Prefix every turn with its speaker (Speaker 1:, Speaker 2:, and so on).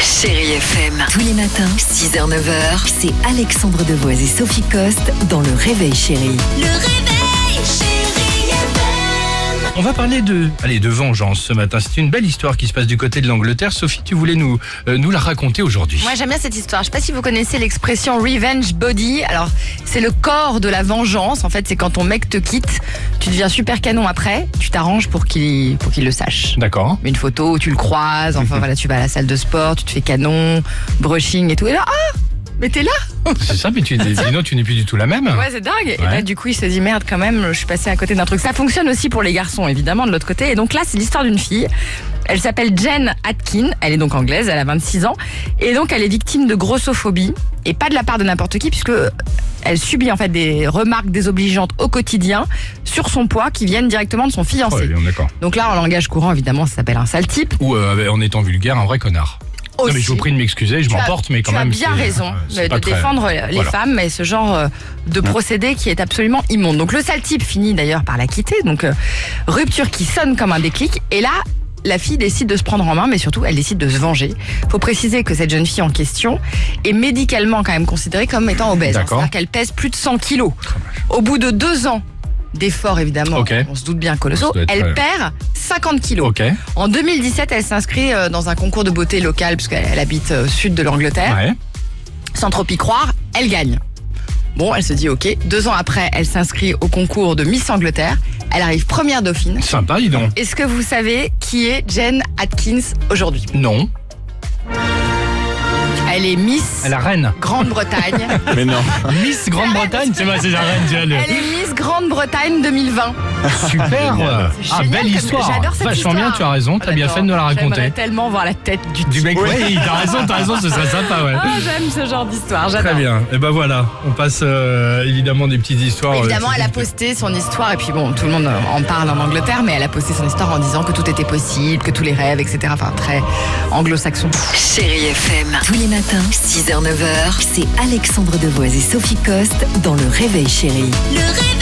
Speaker 1: Chérie FM.
Speaker 2: Tous les matins, 6h, 9h, c'est Alexandre Devoise et Sophie Coste dans Le Réveil Chérie.
Speaker 3: Le réveil, chérie FM.
Speaker 4: On va parler de, allez, de vengeance ce matin. C'est une belle histoire qui se passe du côté de l'Angleterre. Sophie, tu voulais nous, euh, nous la raconter aujourd'hui.
Speaker 5: Moi j'aime bien cette histoire. Je sais pas si vous connaissez l'expression revenge body. Alors c'est le corps de la vengeance. En fait c'est quand ton mec te quitte, tu deviens super canon après, tu t'arranges pour qu'il pour qu'il le sache.
Speaker 4: D'accord.
Speaker 5: Mets Une photo, tu le croises. Enfin voilà, tu vas à la salle de sport, tu te fais canon, brushing et tout. Et là ah mais t'es là
Speaker 4: C'est ça, mais tu, sinon tu n'es plus du tout la même.
Speaker 5: Ouais, c'est dingue. Et là,
Speaker 4: Ah. Ouais.
Speaker 5: du coup, il se dit merde, quand même, je suis passé à côté d'un truc. Ça fonctionne aussi pour les garçons, évidemment, de l'autre côté. Et donc là, c'est l'histoire d'une fille. Elle s'appelle Jen Atkin. Elle est donc anglaise, elle a 26 ans. Et donc, elle est victime de grossophobie. Et pas de la part de n'importe qui, puisque elle subit en fait des remarques désobligeantes au quotidien sur son poids qui viennent directement de son
Speaker 4: Ouais,
Speaker 5: fiancé.
Speaker 4: on est d'accord.
Speaker 5: Donc là, en langage courant, évidemment, ça s'appelle un sale type.
Speaker 4: Ou euh, en étant vulgaire, un vrai connard. Non, mais je vous
Speaker 5: Aussi.
Speaker 4: prie de m'excuser, je
Speaker 5: Tu as-
Speaker 4: m'emporte, mais quand
Speaker 5: tu
Speaker 4: même.
Speaker 5: as bien
Speaker 4: c'est-
Speaker 5: raison
Speaker 4: euh,
Speaker 5: de,
Speaker 4: c'est pas
Speaker 5: de
Speaker 4: très-
Speaker 5: défendre les
Speaker 4: voilà.
Speaker 5: femmes et ce genre euh, de procédé qui est absolument immonde. Donc le sale type finit d'ailleurs par la quitter. Donc euh, rupture qui sonne comme un déclic. Et là, la fille décide de se prendre en main, mais surtout elle décide de se venger. Faut préciser que cette jeune fille en question est médicalement quand même considérée comme étant obèse. hein.
Speaker 4: D'accord.
Speaker 5: C'est-à-dire qu'elle pèse plus de 100 kilos. Au bout de deux ans d'efforts évidemment,
Speaker 4: Ok.
Speaker 5: on se doute bien colossaux,
Speaker 4: Ça doit être,
Speaker 5: elle
Speaker 4: ouais.
Speaker 5: perd 50 kilos.
Speaker 4: Ok.
Speaker 5: En 2017, elle s'inscrit euh, dans un concours de beauté local, puisqu'elle elle habite euh, au sud de l'Angleterre.
Speaker 4: Ouais.
Speaker 5: Sans trop y croire, elle gagne. Bon, elle se dit ok. Deux ans après, elle s'inscrit au concours de Miss Angleterre. Elle arrive première dauphine.
Speaker 4: Sympa, dis donc.
Speaker 5: Est-ce que vous savez qui est Jen Atkins aujourd'hui
Speaker 4: Non.
Speaker 5: Elle est Miss
Speaker 4: La reine.
Speaker 5: Grande-Bretagne.
Speaker 6: Mais non.
Speaker 4: Miss Grande-Bretagne, c'est ma c'est la reine, tu vois, le-
Speaker 5: elle est Miss Grande-Bretagne 2020.
Speaker 4: Super.
Speaker 5: C'est
Speaker 4: Ah,
Speaker 5: génial
Speaker 4: belle
Speaker 5: comme-
Speaker 4: histoire.
Speaker 5: J'adore cette
Speaker 4: Vachement
Speaker 5: histoire.
Speaker 4: bien, tu as raison, t'as
Speaker 5: Ah,
Speaker 4: bien
Speaker 5: d'accord.
Speaker 4: fait de nous la
Speaker 5: J'aimerais
Speaker 4: raconter.
Speaker 5: tellement voir la tête du,
Speaker 4: Du
Speaker 5: type.
Speaker 4: mec, oui, t'as raison, t'as raison, ce serait sympa, ouais.
Speaker 5: Ah, j'aime ce genre d'histoire. J'adore.
Speaker 4: Très bien. Et ben voilà, on passe euh, évidemment des petites histoires. euh,
Speaker 5: Évidemment,
Speaker 4: des
Speaker 5: elle a
Speaker 4: petites-
Speaker 5: posté son histoire, et puis bon, tout le monde en parle en Angleterre, mais elle a posté son histoire en disant que tout était possible, que tous les rêves, etc. Enfin, très anglo-saxon.
Speaker 1: Chérie FM.
Speaker 2: Tous les matins, 6h, 9h, c'est Alexandre Devoise et Sophie Coste dans Le Réveil Chérie.
Speaker 3: Le réveil.